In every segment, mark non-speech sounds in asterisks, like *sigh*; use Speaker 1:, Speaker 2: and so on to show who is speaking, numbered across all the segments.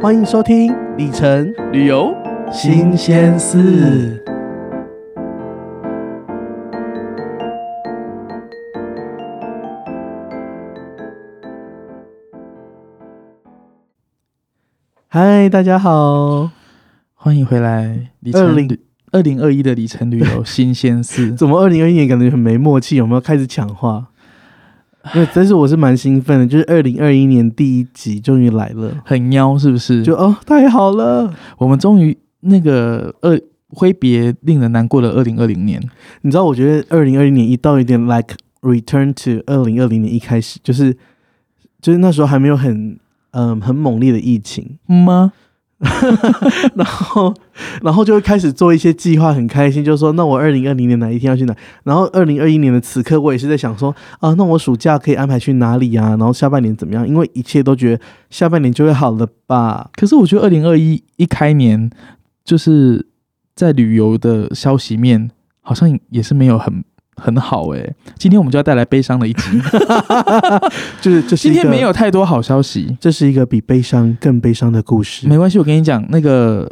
Speaker 1: 欢迎收听李晨
Speaker 2: 旅游
Speaker 1: 新鲜事。嗨，大家好，
Speaker 2: 欢迎回来，里程
Speaker 1: 20
Speaker 2: 旅二零二一的里程旅
Speaker 1: *laughs*
Speaker 2: 游新鲜事。
Speaker 1: 怎么二零二一年感觉很没默契？有没有开始抢话？因为但是我是蛮兴奋的，就是二零二一年第一集终于来了，
Speaker 2: 很喵是不是？
Speaker 1: 就
Speaker 2: 就
Speaker 1: 哦太好了！
Speaker 2: 我们终于那个二挥别令人难过的二零二零年，
Speaker 1: 你知道，我觉得二零二一年一到有点 like return to 二零二零年一开始，就是就是那时候还没有很嗯很猛烈的疫情，
Speaker 2: 嗯吗？
Speaker 1: 然后 *laughs* 然后就会开始做一些计划，很开心，就说那我二零二零年哪一天要去哪，然后二零二一年的此刻，我也是在想说啊，那我暑假可以安排去哪里啊呀、然后下半年怎么样？因为一切都觉得下半年就会好了吧。 *laughs*
Speaker 2: 可是我觉得二零二一一开年，就是在旅游的消息面，好像也是没有很很好诶、今天我们就要带来悲伤
Speaker 1: *laughs*
Speaker 2: 的一集，
Speaker 1: 就是这是
Speaker 2: 今
Speaker 1: 一个
Speaker 2: 天没，有太多好消息。
Speaker 1: 这是一个比悲伤更悲伤的故事。
Speaker 2: 没关系，我跟你讲，那个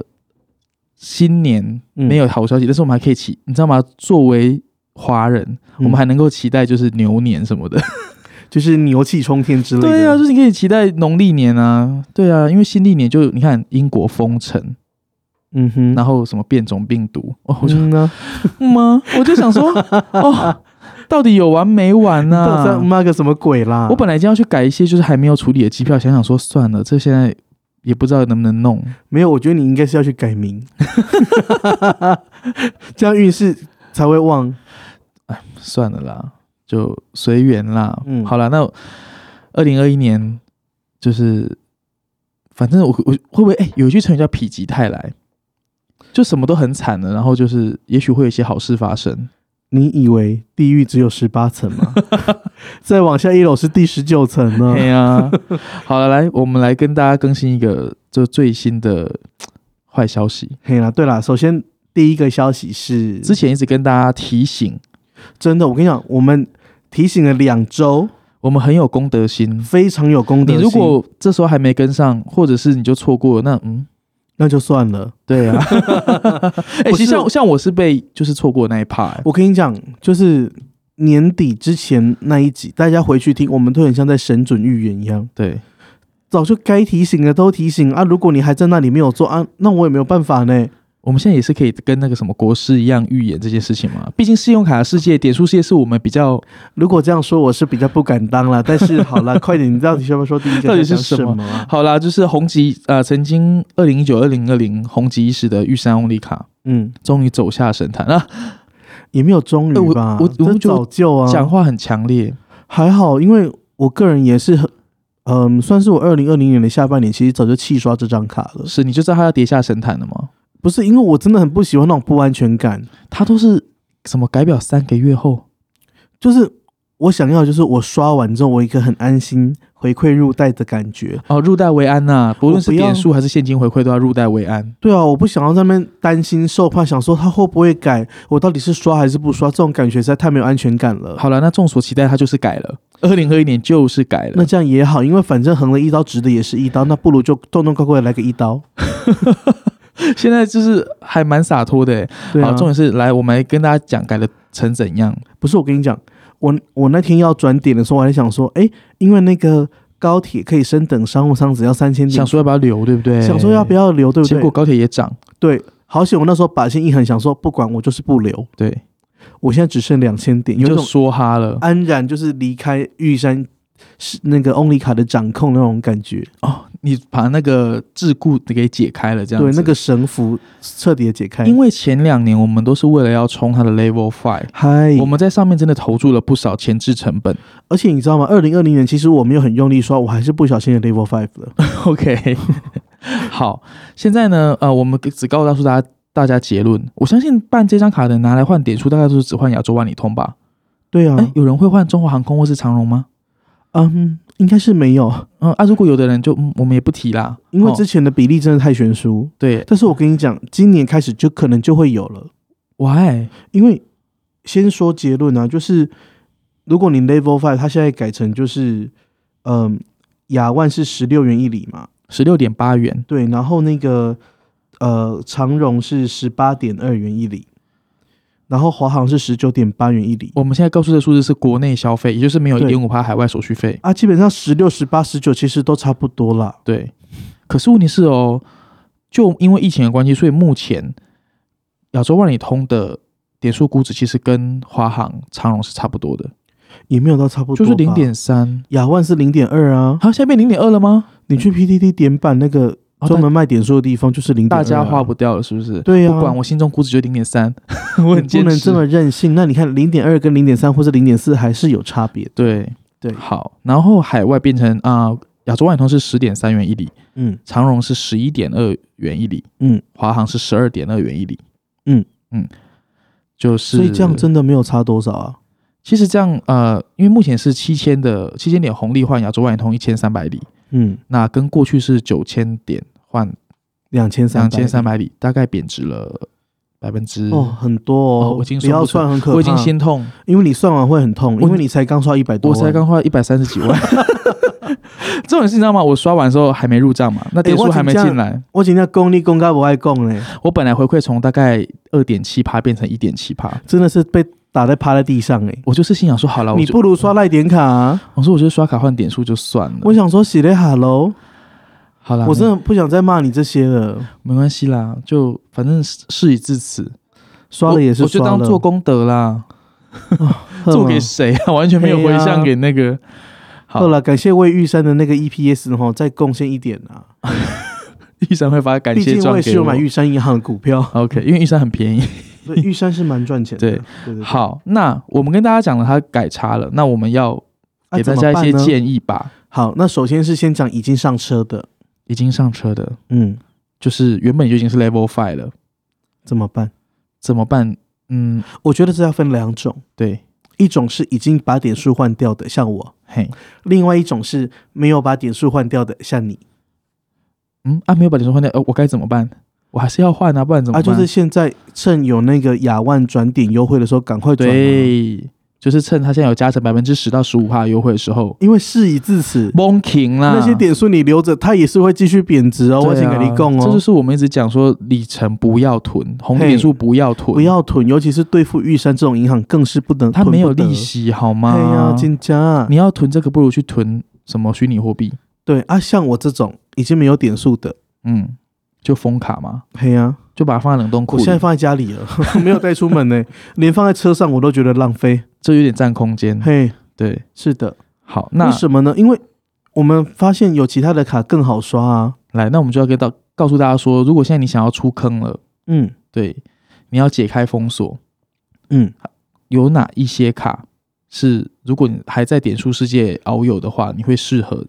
Speaker 2: 新年
Speaker 1: 嗯
Speaker 2: 没有好消息，但是我们还可以期，你知道吗？作为华人，
Speaker 1: 嗯
Speaker 2: 我们还能够期待就是牛年什么的。
Speaker 1: 就是牛气冲天之类的。
Speaker 2: *laughs* 对啊，就是你可以期待农历年啊，对啊，因为新历年就你看英国封城，
Speaker 1: 嗯哼，
Speaker 2: 然后什么变种病毒，哦，我就
Speaker 1: 嗯呢、
Speaker 2: 吗？我就想 *laughs* 说，哦，到底有完没完呢、
Speaker 1: 到底在骂个什么鬼啦？
Speaker 2: 我本来就要去改一些就是还没有处理的机票，想想说算了，这现在也不知道能不能弄。
Speaker 1: 没有，我觉得你应该是要去改名， *laughs* 这样运势才会旺。
Speaker 2: 算了啦，就随缘啦。
Speaker 1: 嗯
Speaker 2: 嗯，好啦，那二零二一年就是，反正我我会不会哎、有一句成语叫否极泰来，就什么都很惨了，然后就是也许会有一些好事发生。
Speaker 1: 你以为地狱只有十八层
Speaker 2: *laughs*
Speaker 1: 吗？再往下一楼是第十九层呢
Speaker 2: 对。呀、 *laughs* 好了，来我们来跟大家更新一个就最新的坏消息。
Speaker 1: 嘿啦，对啦，首先第一个消息是，
Speaker 2: 之前一直跟大家提醒，
Speaker 1: 真的，我跟你讲，我们提醒了两周，
Speaker 2: 我们很有公德心。
Speaker 1: 非常有功德
Speaker 2: 你
Speaker 1: 心。
Speaker 2: 如果这时候还没跟上，或者是你就错过了，那嗯，
Speaker 1: 那就算了。
Speaker 2: 对啊，哎、
Speaker 1: 我
Speaker 2: 其实
Speaker 1: 是
Speaker 2: 像像我是被就是错过那一 part，、欸、
Speaker 1: *laughs* 我跟你讲，就是年底之前那一集，大家回去听，我们都很像在神准预言一样。
Speaker 2: 对，
Speaker 1: 早就该提醒的都提醒啊！如果你还在那里没有做啊，那我也没有办法呢。
Speaker 2: 我们现在也是可以跟那个什么国师一样预言这件事情嘛。毕竟信用卡的世界、点数世界是我们比较
Speaker 1: 如果这样说，我是比较不敢当
Speaker 2: *laughs*
Speaker 1: 啦。但是好啦，快点，你到底需要不要说第一个
Speaker 2: 到底
Speaker 1: 在
Speaker 2: 是
Speaker 1: 讲什
Speaker 2: 什么
Speaker 1: 啊？
Speaker 2: 好啦，就是红极呃，曾经二零一九、二零二零红极一时的玉山欧丽卡。
Speaker 1: 嗯，
Speaker 2: 终于走下神坛啊！
Speaker 1: 也没有终于吧，
Speaker 2: 呃我我
Speaker 1: 这
Speaker 2: 我就
Speaker 1: 早就
Speaker 2: 讲
Speaker 1: 啊，
Speaker 2: 话很强烈，
Speaker 1: 还好，因为我个人也是很，嗯、算是我二零二零年的下半年，其实早就弃刷这张卡了。
Speaker 2: 是你就知道他要跌下神坛了吗？
Speaker 1: 不是因为我真的很不喜欢那种不安全感，
Speaker 2: 他都是什么改表三个月后，
Speaker 1: 就是我想要，就是我刷完之后，我一个很安心回馈入袋的感觉。
Speaker 2: 哦，入袋为安呐、不论是
Speaker 1: 我哦不要
Speaker 2: 点数还是现金回馈，都要入袋为安。
Speaker 1: 对啊，我不想要在那边担心受怕，想说他会不会改，我到底是刷还是不刷，这种感觉实在太没有安全感了。
Speaker 2: 好了，那众所期待，他就是改了。二零二一年就是改了
Speaker 1: 那。这样也好，因为反正横了一刀，直的也是一
Speaker 2: *laughs*
Speaker 1: 刀，那不如就痛痛快快地来个一刀。
Speaker 2: 现在就是还蛮洒脱的欸。
Speaker 1: 对啊
Speaker 2: 好，，重点是来，我们来跟大家讲改了成怎样。
Speaker 1: 不是我跟你讲，我我那天要转点的时候，我还想说，哎，因为那个高铁可以升等商务舱，只要三千点
Speaker 2: 想，说要哎不要留，对不对？
Speaker 1: 想说要不
Speaker 2: 要，
Speaker 1: 要留，对不
Speaker 2: 结果
Speaker 1: 对？
Speaker 2: 高铁也涨，
Speaker 1: 对，好险，我那时候把心一横，想说不管我就是不留，
Speaker 2: 对，
Speaker 1: 我现在只剩两千点，
Speaker 2: 你
Speaker 1: 有一
Speaker 2: 就
Speaker 1: 种
Speaker 2: 说哈了。
Speaker 1: 安然就是离开玉山是那个欧 n 卡的掌控那种感觉。
Speaker 2: 哦，你把那个桎梏给解开了，这样
Speaker 1: 对，
Speaker 2: 子
Speaker 1: 那个。绳符彻底的解开。
Speaker 2: 因为前两年我们都是为了要冲它的 Level Five，
Speaker 1: 嗨，
Speaker 2: 我们在上面真的投注了不少前置成本。
Speaker 1: 而且你知道吗？二零二零年其实我没有很用力刷，我还是不小心的 level five 了。
Speaker 2: OK，好，现在呢，呃，我们只告诉大家大家结论。我相信办这张卡的拿来换点数，大概都是只换亚洲万里通吧。
Speaker 1: 对啊
Speaker 2: 哎、，有人会换中华航空或是长荣吗？
Speaker 1: 嗯，应该是没有，
Speaker 2: 嗯啊，如果有的人就嗯，我们也不提啦，
Speaker 1: 因为
Speaker 2: 哦
Speaker 1: 之前的比例真的太悬殊。
Speaker 2: 对
Speaker 1: 但是我跟你讲，今年开始就可能就会有了，
Speaker 2: ，why
Speaker 1: 因为先说结论啊，就是如果你 level five，它现在改成就是，嗯、亚万是十六元一里嘛，
Speaker 2: 十六点八元，
Speaker 1: 对，然后那个呃长荣是十八点二元一里，然后华航是十九点八元一里。
Speaker 2: 我们现在告诉的数字是国内消费，也就是没有一
Speaker 1: 对
Speaker 2: 点五趴海外手续费。
Speaker 1: 啊，基本上十六、十八、十九其实都差不多啦。
Speaker 2: 对，可是问题是哦，就因为疫情的关系，所以目前亚洲万里通的点数估值其实跟华航、长荣是差不多的，
Speaker 1: 也没有到差不多，
Speaker 2: 就是零，点三。
Speaker 1: 亚万是零点二啊。
Speaker 2: 好，现在变零点二了吗？
Speaker 1: 你去 PTT 点版那个
Speaker 2: 嗯哦
Speaker 1: 专门卖点数的地方就是零点、啊
Speaker 2: 大家花不掉了，是不是？
Speaker 1: 对呀
Speaker 2: 不管我心中估值就零点三， *laughs* 我很
Speaker 1: 你不
Speaker 2: 坚
Speaker 1: 能
Speaker 2: 持
Speaker 1: 这。么任
Speaker 2: *laughs*
Speaker 1: 性。那你看零点二跟零点三或是零点四还是有差别的。
Speaker 2: 对
Speaker 1: 对
Speaker 2: 好，然后海外变成啊、亚洲万里通是十点三元一里，
Speaker 1: 嗯
Speaker 2: 长荣是十一点二元一里，
Speaker 1: 嗯，
Speaker 2: 华航是十二点二元一里。
Speaker 1: 嗯
Speaker 2: 嗯，就是
Speaker 1: 所以这样真的没有差多少啊。
Speaker 2: 其实这样呃，因为目前是七千的七千点红利换亚洲万里通一千三百里，
Speaker 1: 嗯，
Speaker 2: 那跟过去是九千点换
Speaker 1: 两千三，
Speaker 2: 两千三百里，大概贬值了百分之
Speaker 1: 哦，很多哦，
Speaker 2: 哦我已经
Speaker 1: 不
Speaker 2: 算不
Speaker 1: 要
Speaker 2: 出来
Speaker 1: 算很可怕，
Speaker 2: 我已经心痛，
Speaker 1: 因为你算完会很痛，
Speaker 2: 我
Speaker 1: 因为你才刚刷一百多
Speaker 2: 我
Speaker 1: 万，
Speaker 2: 才刚花一百三十几万。 *laughs* 这种事你知道吗？我刷完之后还没入账嘛，那点
Speaker 1: 诶
Speaker 2: 数
Speaker 1: 我
Speaker 2: 还没
Speaker 1: 请假
Speaker 2: 进来。
Speaker 1: 哎我今天公力公告不爱供嘞，
Speaker 2: 我本来回馈从大概二点七趴变成一点七趴，
Speaker 1: 真的是被打在趴在地上哎。
Speaker 2: 我就是心想说好了，我
Speaker 1: 你
Speaker 2: 就
Speaker 1: 不如刷赖点卡、啊。
Speaker 2: 我说我就刷卡换点数就算了。
Speaker 1: 我想说洗嘞哈喽，
Speaker 2: 好啦，
Speaker 1: 我真的不想再骂你这些了，
Speaker 2: 没没关系啦，就反正事事已至此，
Speaker 1: 刷了也
Speaker 2: 我
Speaker 1: 是
Speaker 2: 我就
Speaker 1: 刷了，
Speaker 2: 当做功德啦，
Speaker 1: 呵啊
Speaker 2: 做
Speaker 1: 吗
Speaker 2: 给谁啊？ *laughs* 完全没有回向给那个。
Speaker 1: 好
Speaker 2: 好，
Speaker 1: 了，感谢魏玉山的那个 E EPS 哈，再贡献一点啊。
Speaker 2: 玉山会发感
Speaker 1: 毕
Speaker 2: 谢
Speaker 1: 竟我
Speaker 2: 状
Speaker 1: 也是
Speaker 2: 给
Speaker 1: 有
Speaker 2: 我
Speaker 1: 买。玉山银行的股票，
Speaker 2: OK，因为玉山很便宜。
Speaker 1: 所
Speaker 2: *laughs*
Speaker 1: 以玉山是蛮赚钱的。
Speaker 2: 对
Speaker 1: 对对，
Speaker 2: 好，那我们跟大家讲了，它改差了，那我们要
Speaker 1: 啊
Speaker 2: 给大
Speaker 1: 怎么
Speaker 2: 家一
Speaker 1: 办
Speaker 2: 些
Speaker 1: 呢
Speaker 2: 建议吧。
Speaker 1: 好，那首先是先讲已经上车的，
Speaker 2: 已经上车的，
Speaker 1: 嗯，
Speaker 2: 就是原本就已经是 Level Five 了，
Speaker 1: 怎么办？
Speaker 2: 怎么办？嗯，
Speaker 1: 我觉得这要分两种，
Speaker 2: 对，
Speaker 1: 一种是已经把点数换掉的，像我；
Speaker 2: 嘿，
Speaker 1: 另外一种是没有把点数换掉的，像你。
Speaker 2: 嗯啊，没有把点数换掉，呃，我该怎么办？我还是要换啊，不然怎么
Speaker 1: 啊，
Speaker 2: 办？
Speaker 1: 就是现在趁有那个亚万转点优惠的时候，赶快转啊。
Speaker 2: 对，就是趁它现在有加成百分之十到十五帕优惠的时候，
Speaker 1: 因为事已至此，
Speaker 2: 崩停啦！
Speaker 1: 那些点数你留着，它也是会继续贬值哦。
Speaker 2: 对啊
Speaker 1: 我先给你供哦，
Speaker 2: 这就是我们一直讲说里程不要囤，红利
Speaker 1: 嘿
Speaker 2: 点数不要囤，
Speaker 1: 不，要囤，尤其是对付玉山这种银行更是不能，
Speaker 2: 它没有
Speaker 1: 囤不得
Speaker 2: 利。息好吗？
Speaker 1: 哎呀，金家，
Speaker 2: 你要囤这个，不如去囤什么虚拟货币，
Speaker 1: 对啊，像我这种已经没有点数的，
Speaker 2: 嗯，就封卡嘛，
Speaker 1: 嘿呀，
Speaker 2: 就把它放在冷冻库
Speaker 1: 我
Speaker 2: 里
Speaker 1: 现，在放在家里了， *laughs* 没有带出门呢， *laughs* 连放在车上我都觉得浪费。
Speaker 2: 这有点占空间。
Speaker 1: 嘿，
Speaker 2: 对，
Speaker 1: 是的，
Speaker 2: 好，那
Speaker 1: 为什么呢？因为我们发现有其他的卡更好刷啊。
Speaker 2: 来，那我们就要跟到告诉大家说，如果现在你想要出坑了，
Speaker 1: 嗯
Speaker 2: 对，你要解开封锁，
Speaker 1: 嗯，
Speaker 2: 有哪一些卡是如果你还在点数世界遨游的话，你会适合？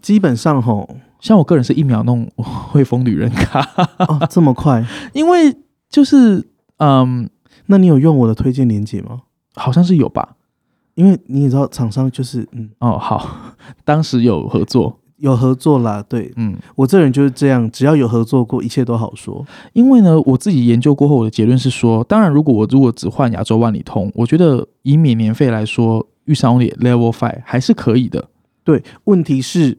Speaker 1: 基本上吼，
Speaker 2: 像我个人是一秒弄我会封女人
Speaker 1: *laughs*
Speaker 2: 卡，
Speaker 1: 哦，这么快，
Speaker 2: 因为就是嗯，
Speaker 1: 那你有用我的推荐链接吗？
Speaker 2: 好像是有吧？
Speaker 1: 因为你也知道，厂商就是嗯
Speaker 2: 哦，好， *laughs* 当时有合作，
Speaker 1: 有合作啦，对
Speaker 2: 嗯，
Speaker 1: 我这人就是这样，只要有合作过，一切都好说。
Speaker 2: 因为呢，我自己研究过后，我的结论是说，当然，如果我如果只换亚洲万里通，我觉得以免年费来说，预算 only level five 还是可以的。
Speaker 1: 对，问题是，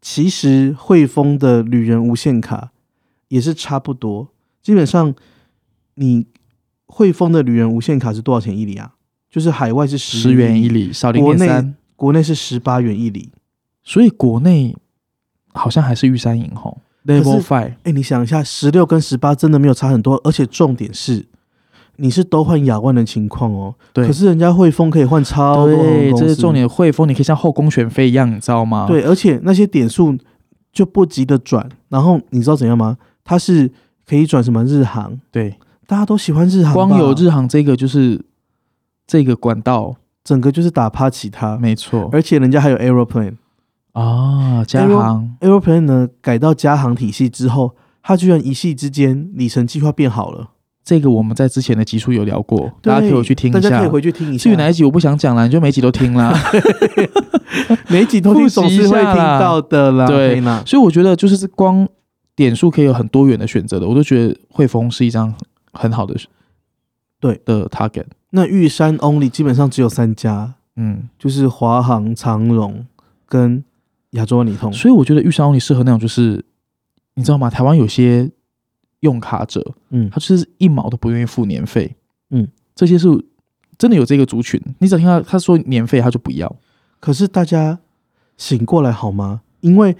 Speaker 1: 其实汇丰的旅人无限卡也是差不多，基本上你汇丰的旅人无限卡是多少钱一里啊？就是海外是
Speaker 2: 十元一
Speaker 1: 里，
Speaker 2: 里，少零
Speaker 1: 国
Speaker 2: 点
Speaker 1: 内
Speaker 2: 三，
Speaker 1: 国内是十八元一里。
Speaker 2: 所以国内好像还是玉山银吼
Speaker 1: 是
Speaker 2: level five。
Speaker 1: 哎，你想一下，十六跟十八真的没有差很多，而且重点是。你是都换亚万的情况哦，
Speaker 2: 对
Speaker 1: 可是人家汇丰可以换超多航空
Speaker 2: 对，
Speaker 1: 公
Speaker 2: 这是
Speaker 1: 司
Speaker 2: 重点。啊汇丰你可以像后宫选妃一样，你知道吗？，
Speaker 1: 对，而且那些点数就不急的转，然后你知道怎样吗？它是可以转什么日航，
Speaker 2: 对，
Speaker 1: 大家都喜欢日航吧，
Speaker 2: 光有日航这个就是这个管道，
Speaker 1: 整个就是打趴其他，
Speaker 2: 没错
Speaker 1: 而且人家还有 Aeroplane，Aeroplane
Speaker 2: 啊，加航
Speaker 1: 呢改到加航体系之后，它居然一夕之间里程计划变好了，
Speaker 2: 这个我们在之前的集数有聊过，大家可以
Speaker 1: 对
Speaker 2: 回去听一
Speaker 1: 大家可以
Speaker 2: 下。
Speaker 1: 回去听一下，
Speaker 2: 至于哪一集我不想讲了，你就每集都听啦。
Speaker 1: *laughs* 每一集都
Speaker 2: 复
Speaker 1: 听
Speaker 2: 习
Speaker 1: 总是
Speaker 2: 一
Speaker 1: 会
Speaker 2: 下
Speaker 1: 听
Speaker 2: 啦
Speaker 1: 到的啦，
Speaker 2: 对
Speaker 1: 可以啦，
Speaker 2: 所以我觉得就是光点数可以有很多元的选择的，我都觉得汇丰是一张很好的
Speaker 1: 对
Speaker 2: 的 target。
Speaker 1: 那玉山 Only 基本上只有三家，
Speaker 2: 嗯，
Speaker 1: 就是华航、长荣跟亚洲万里通，
Speaker 2: 所以我觉得玉山欧尼适合那种，就是你知道吗？台湾有些用卡者，
Speaker 1: 嗯
Speaker 2: 他就是一毛都不愿意付年费，
Speaker 1: 嗯，
Speaker 2: 这些是真的有这个族群。你只要听到他说年费，他就不要。
Speaker 1: 可是大家醒过来好吗？因为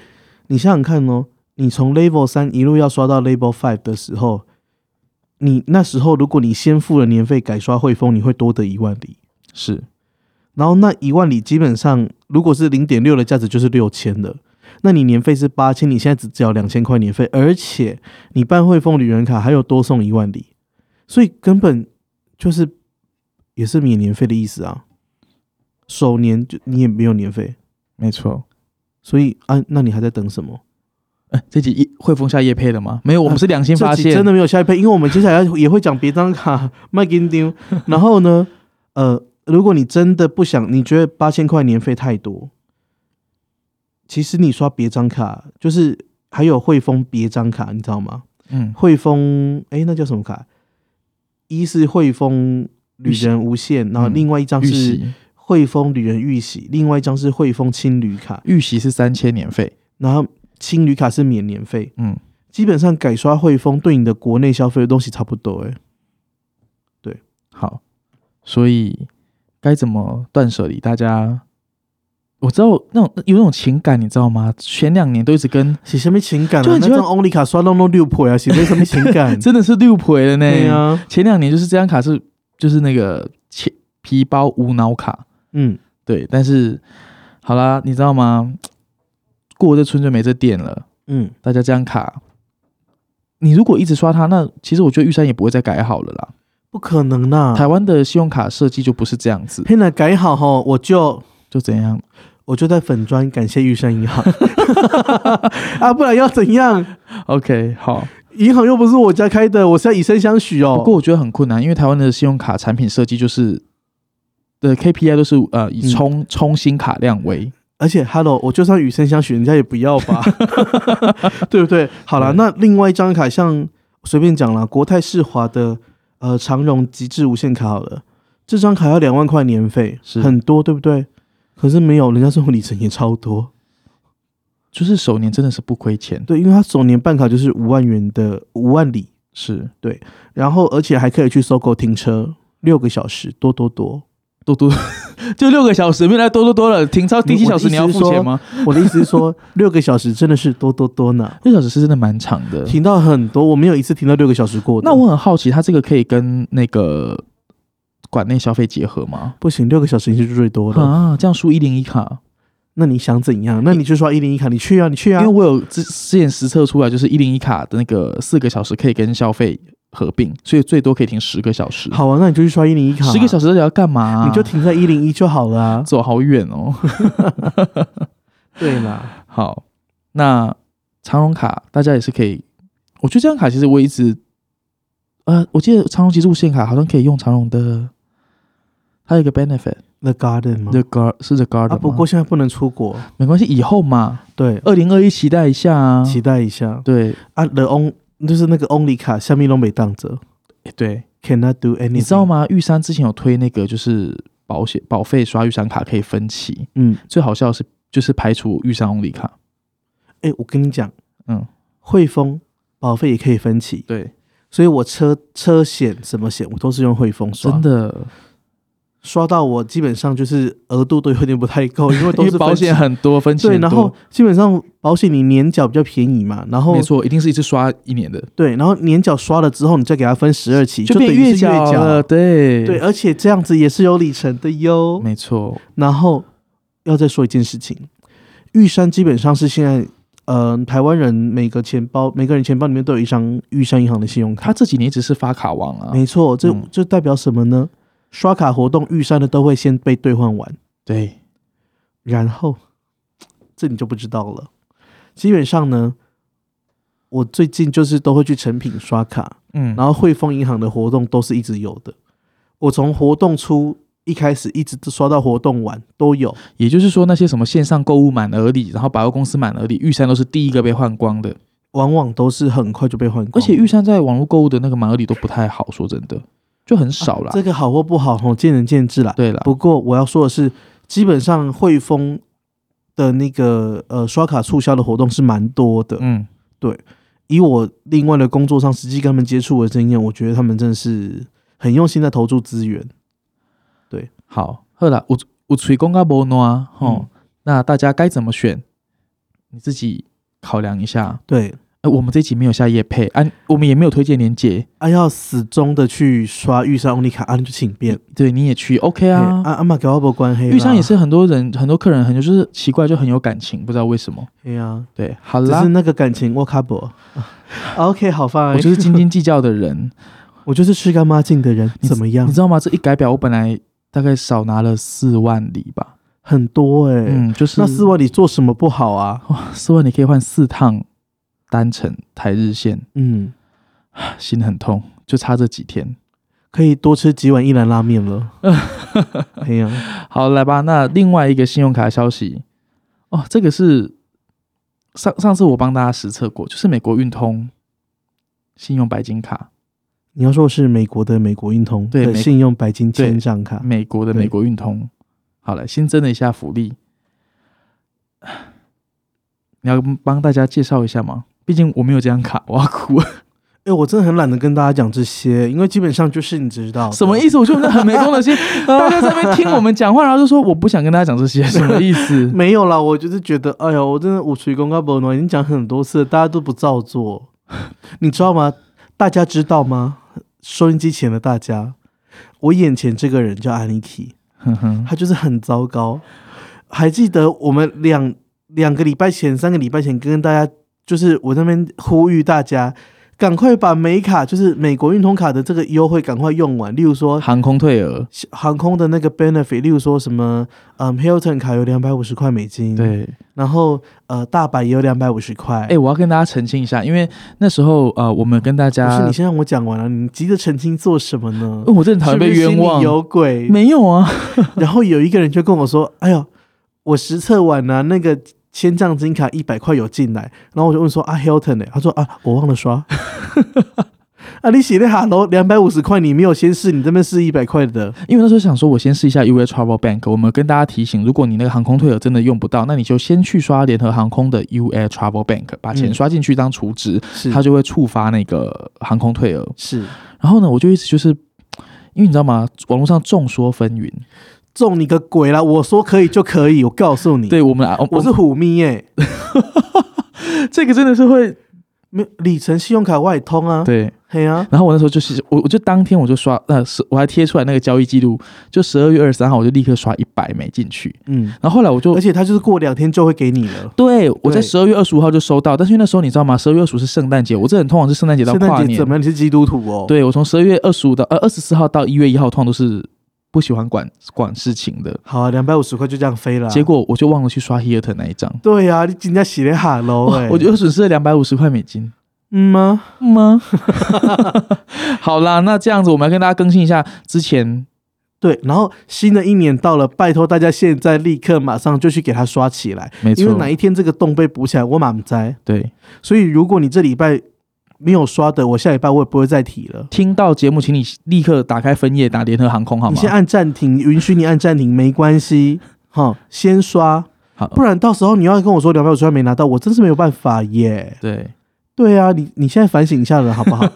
Speaker 1: 你想想看哦，你从 Level 三一路要刷到 Level Five 的时候，你那时候如果你先付了年费改刷汇丰，你会多得一万里。
Speaker 2: 是
Speaker 1: 然后那一万里基本上如果是零点六的价值就是六千了，那你年费是八千，你现在只交两千块年费，而且你办汇丰旅人卡还有多送一万里，所以根本就是也是免年费的意思啊。首年就你也没有年费，
Speaker 2: 没错。
Speaker 1: 所以啊，那你还在等什么？
Speaker 2: 哎，这集一汇丰下叶配了吗？没有，我们是良心发
Speaker 1: 啊这集
Speaker 2: 现，
Speaker 1: 真的没有下一配，因为我们接下来 *laughs* 也会讲别张卡卖给你丢。然后呢，呃，如果你真的不想，你觉得八千块年费太多，其实你刷别张卡，就是还有汇丰别张卡，你知道吗？
Speaker 2: 嗯，
Speaker 1: 汇丰，哎，那叫什么卡？一是汇丰旅人无限，然后
Speaker 2: 嗯
Speaker 1: 另外一张
Speaker 2: 预
Speaker 1: 是
Speaker 2: 习
Speaker 1: 汇丰旅人预喜，另外一张是汇丰青旅卡，
Speaker 2: 预习是三千年费，
Speaker 1: 然后青旅卡是免年费。
Speaker 2: 嗯，
Speaker 1: 基本上改刷汇丰对你的国内消费的东西差不多、欸，
Speaker 2: 好，所以该怎么断舍离？大家，我知道那种有那种情感，你知道吗？前两年都一直跟，
Speaker 1: 写什么情感、啊？
Speaker 2: 就很
Speaker 1: 那
Speaker 2: 奇怪
Speaker 1: 张 Only 卡刷到弄六倍啊，写没什么情感？
Speaker 2: *laughs* 真的是六赔了呢。
Speaker 1: 对啊，
Speaker 2: 前两年就是这张卡是就是那个钱皮包无脑卡，
Speaker 1: 嗯，
Speaker 2: 对。但是好啦，你知道吗？过这春就没这店了，
Speaker 1: 嗯，
Speaker 2: 大家这张卡，你如果一直刷它，那其实我觉得玉山也不会再改好了啦。
Speaker 1: 不可能呐、
Speaker 2: 台湾的信用卡设计就不是这样子，
Speaker 1: 嘿，那改好吼，我就
Speaker 2: 就怎样？
Speaker 1: 我就在粉砖感谢玉山银行 *laughs* 啊，不然要怎样？
Speaker 2: OK，好。
Speaker 1: 哦银行又不是我家开的，我是要以身相许哦。
Speaker 2: 不过我觉得很困难，因为台湾的信用卡产品设计就是的 KPI 都是呃以
Speaker 1: 嗯
Speaker 2: 充、充新卡量为。
Speaker 1: 而且，Hello，我就算与生相许，人家也不要
Speaker 2: *laughs*
Speaker 1: 吧，对不对？好了，
Speaker 2: 对
Speaker 1: 那另外一张卡，像随便讲啦，国泰世华的呃长荣极致无限卡好了，这张卡要两万块年费，
Speaker 2: 是
Speaker 1: 很多，对不对？可是没有，人家送里程也超多，
Speaker 2: 就是首年真的是不亏钱，
Speaker 1: 对，因为它首年办卡就是五万元的五万里，
Speaker 2: 是
Speaker 1: 然后而且还可以去搜狗停车六个小时，多多多。
Speaker 2: 多多 *laughs* 就六个小时，没有来多多多了，停超第
Speaker 1: 你
Speaker 2: 七
Speaker 1: 我的
Speaker 2: 小时你
Speaker 1: 意
Speaker 2: 要
Speaker 1: 思是
Speaker 2: 付钱
Speaker 1: 说
Speaker 2: 吗？
Speaker 1: 我的意思是
Speaker 2: *laughs*
Speaker 1: 说，六个小时真的是多多多呢，
Speaker 2: 六小时是真的蛮长的。
Speaker 1: 停到很多，我没有一次停到六个小时过的。
Speaker 2: 那我很好奇，它这个可以跟那个馆内消费结合吗？
Speaker 1: 不行，六个小时已经是最多了。
Speaker 2: 啊，这样输一零一卡，
Speaker 1: 那你想怎样？那你去刷一零一卡，你去啊，你去
Speaker 2: 因
Speaker 1: 啊
Speaker 2: 为。我有之之前实测出来，就是一零一卡的那个四个小时可以跟消费合并，所以最多可以停十个小时。
Speaker 1: 好啊，那你就去刷一零一卡、
Speaker 2: 十个小、时到底要干嘛、
Speaker 1: 你就停在一零一就好了、
Speaker 2: *laughs*
Speaker 1: 啊。
Speaker 2: 走好远哦。
Speaker 1: 对啦，
Speaker 2: 好，那长荣卡大家也是可以，我觉得这张卡其实我一直，呃，我记得长荣其实无限卡好像可以用长荣的，它有一个 benefit，
Speaker 1: The Garden 吗
Speaker 2: t？h e guard 是 the guard，、
Speaker 1: 啊，不过现在不能出国，
Speaker 2: 没关系，以后嘛，
Speaker 1: 对，
Speaker 2: 二零二一期待一下啊。
Speaker 1: 期待一下
Speaker 2: 对，
Speaker 1: 啊。The On 就是那个 Only 卡，下面都没当着
Speaker 2: 诶对，
Speaker 1: ，Cannot do anything。
Speaker 2: 你知道？吗？玉山之前有推那个就是保险保费刷玉山卡可以分期，
Speaker 1: 嗯，
Speaker 2: 最好笑的是就是排除玉山 only 卡，
Speaker 1: 哎、我跟你讲，
Speaker 2: 嗯，
Speaker 1: 汇丰保费也可以分期，
Speaker 2: 对，
Speaker 1: 所以我车车险什么险我都是用汇丰刷，
Speaker 2: 嗯真的，
Speaker 1: 刷到我基本上就是额度都有点不太够，因为
Speaker 2: 因
Speaker 1: 都
Speaker 2: 为
Speaker 1: 是
Speaker 2: 保
Speaker 1: 分期
Speaker 2: 险很多分期
Speaker 1: 对，
Speaker 2: 很多，
Speaker 1: 然后基本上保险你年缴比较便宜嘛，然后
Speaker 2: 没错，一定是一次刷一年的，
Speaker 1: 对，然后年缴刷了之后，你再给它分十二期，就等
Speaker 2: 哦变
Speaker 1: 于是
Speaker 2: 月
Speaker 1: 月
Speaker 2: 缴了，对呃嗯
Speaker 1: 对，，而且这样子也是有里程的哟。
Speaker 2: 没错，
Speaker 1: 然后要再说一件事情，玉山基本上是现在，呃，台湾人每个钱包每个人钱包里面都有一张玉山银行的信用卡。
Speaker 2: 他这几年一直是发卡王啊，
Speaker 1: 没错，这
Speaker 2: 嗯
Speaker 1: 这代表什么呢？刷卡活动，玉山的都会先被兑换完，
Speaker 2: 对，
Speaker 1: 然后这你就不知道了。基本上呢，我最近就是都会去成品刷卡，
Speaker 2: 嗯，
Speaker 1: 然后汇丰银行的活动都是一直有的。我从活动初一开始一直刷到活动完都有，
Speaker 2: 也就是说那些什么线上购物满额礼，然后百货公司满额礼，玉山都是第一个被换光的，
Speaker 1: 往往都是很快就被换光。啊
Speaker 2: 而且玉山在网络购物的那个满额礼都不太好，说真的，就很少啦，
Speaker 1: 啊
Speaker 2: 啊
Speaker 1: 这个好或不好，吼，见仁见智啦。
Speaker 2: 对啦，
Speaker 1: 不过我要说的是，基本上汇丰。的那个呃刷卡促销的活动是蛮多的。
Speaker 2: 嗯，
Speaker 1: 以我另外的工作上实际跟他们接触的经验，我觉得他们真的是很用心在投注资源。
Speaker 2: 好，好啦，有有吹公告波暖吼
Speaker 1: 嗯，
Speaker 2: 那大家该怎么选，你自己考量一下。
Speaker 1: 对，
Speaker 2: 呃，我们这期没有下夜配，啊，我们也没有推荐连接，
Speaker 1: 啊，要死忠的去刷玉山欧尼卡，啊，你就请便。
Speaker 2: 对，你也去，OK 啊
Speaker 1: 嘿。啊，阿玛给我不关黑啦。
Speaker 2: 玉山也是很多人，很多客人很就是奇怪，就很有感情，不知道为什么。
Speaker 1: 嘿啊，
Speaker 2: 对，好
Speaker 1: 只
Speaker 2: 啦
Speaker 1: 是，那个感情我
Speaker 2: *laughs*
Speaker 1: 卡不。啊 OK，好吧，
Speaker 2: 我就是斤斤计较
Speaker 1: *laughs*
Speaker 2: 的人，
Speaker 1: 嗯我就是吃干妈净的人，
Speaker 2: 你
Speaker 1: 怎么样
Speaker 2: 你？知道吗？这一改表，我本来大概少拿了四万里吧。
Speaker 1: 很多哎、
Speaker 2: 嗯，就是哦
Speaker 1: 那四万你做什么不好啊？
Speaker 2: 哇，四万你可以换四趟单程台日线，
Speaker 1: 嗯，
Speaker 2: 心很痛，就差这几天。
Speaker 1: 可以多吃几碗一兰拉面
Speaker 2: *laughs*
Speaker 1: 了。哎呀、
Speaker 2: 好，来吧。那另外一个信用卡消息哦，这个是上上次我帮大家实测过，就是美国运通信用白金卡，
Speaker 1: 你要说是美国的美国运通
Speaker 2: 对
Speaker 1: 的
Speaker 2: 美嗯
Speaker 1: 信用白金千账卡，
Speaker 2: 美国的
Speaker 1: 对
Speaker 2: 美国运通。好了，新增了一下福利，你要帮大家介绍一下吗？毕竟我没有这张卡，我要哭了。
Speaker 1: 哎、我真的很懒得跟大家讲这些，因为基本上就是你知道的
Speaker 2: 什么意思？我就很没公
Speaker 1: *laughs*
Speaker 2: 德心，大家在那边听我们讲话，然后就说我不想跟大家讲这
Speaker 1: *laughs*
Speaker 2: 些，什么意思？
Speaker 1: 没有啦，我就是觉得，哎呦，我真的五锤公告不暖，已经讲很多次了，大家都不照做， *laughs* 你知道吗？大家知道吗？收音机前的大家，我眼前这个人叫 Aniki，
Speaker 2: 哼哼，
Speaker 1: 他就是很糟糕。还记得我们两两个礼拜前、三个礼拜前跟大家，就是我那边呼吁大家，赶快把美卡，就是美国运通卡的这个优惠赶快用完。例如说
Speaker 2: 航空退额，
Speaker 1: 航空的那个 benefit，例如说什么，嗯，Hilton 卡有两百五十块美金，，
Speaker 2: 对，
Speaker 1: 然后呃，大阪也有两百五十块。
Speaker 2: 哎、我要跟大家澄清一下，因为那时候呃，我们跟大
Speaker 1: 不是
Speaker 2: 家
Speaker 1: 你，先让我讲完了、你急着澄清做什么呢？
Speaker 2: 呃我真的很讨厌
Speaker 1: 是
Speaker 2: 被
Speaker 1: 不是
Speaker 2: 冤
Speaker 1: 心里
Speaker 2: 枉，
Speaker 1: 有鬼，
Speaker 2: 没有啊？
Speaker 1: 然后有一个人就跟我说：“哎呦，我实测完了、那个千丈金卡一百块有进来。”然后我就问说：“啊，Hilton 呢、他说：“啊，我忘了
Speaker 2: *laughs*
Speaker 1: 刷。”啊，你写的哈喽，两百五十块，你没有先试，你这边试一百块的，
Speaker 2: 因为那时候想说，我先试一下 UA Travel Bank。我们跟大家提醒，如果你那个航空退额真的用不到，那你就先去刷联合航空的 UA Travel Bank，把钱
Speaker 1: 嗯
Speaker 2: 刷进去当储值，
Speaker 1: 是
Speaker 2: 它就会触发那个航空退额。
Speaker 1: 是
Speaker 2: 然后呢，我就一直就是，因为你知道吗？网络上众说纷纭，
Speaker 1: 中你个鬼啦！我说可以就可以，我告诉你，
Speaker 2: 对我们啊，我
Speaker 1: 我是虎咪耶、
Speaker 2: *laughs* 这个真的是会
Speaker 1: 没有里程信用卡外通啊，
Speaker 2: 对。
Speaker 1: 嘿啊，
Speaker 2: 然后我那时候就是我，我就当天我就刷，那、是我还贴出来那个交易记录，就十二月二十三号我就立刻刷一百枚进去。
Speaker 1: 嗯，
Speaker 2: 然后后来我就
Speaker 1: 而且他就是过两天就会给你了，
Speaker 2: 对我在
Speaker 1: 对
Speaker 2: 十二月二十五号就收到，但是因为那时候你知道吗？十二月二十五是圣诞节，我这人通常是圣诞节到
Speaker 1: 圣诞
Speaker 2: 跨
Speaker 1: 节
Speaker 2: 年
Speaker 1: 怎。么样？你是基督徒哦？，
Speaker 2: 对我从十二月二十五到呃二十四号到一月一号，通常都是不喜欢管管事情的。
Speaker 1: 好、啊，两百五十块就这样飞了啊、
Speaker 2: 结果我就忘了去刷 Hilton 那一张，
Speaker 1: 对呀、啊，你今天洗了哈喽、
Speaker 2: 哇
Speaker 1: 欸，
Speaker 2: 我就损啊失了两百五十块美金。
Speaker 1: 嗯吗？
Speaker 2: 吗？ *laughs* 好啦，那这样子，我们来跟大家更新一下之前
Speaker 1: 对，然后新的一年到了，拜托大家现在立刻马上就去给它刷起来，
Speaker 2: 没错
Speaker 1: 因为哪一天这个洞被补起来，我满栽。
Speaker 2: 对
Speaker 1: 所以如果你这礼拜没有刷的，我下礼拜我也不会再提了。
Speaker 2: 听到节目，请你立刻打开分页打联合航空好
Speaker 1: 你
Speaker 2: 吗？
Speaker 1: 先按暂停，允许你按暂停，没关
Speaker 2: *laughs*
Speaker 1: 系，哈，先刷，
Speaker 2: 好，
Speaker 1: 不然到时候你要跟我说两百五十块没拿到，我真是没有办法耶。
Speaker 2: 对，
Speaker 1: 对啊，你你现在反省一下了好不
Speaker 2: *laughs*
Speaker 1: 好？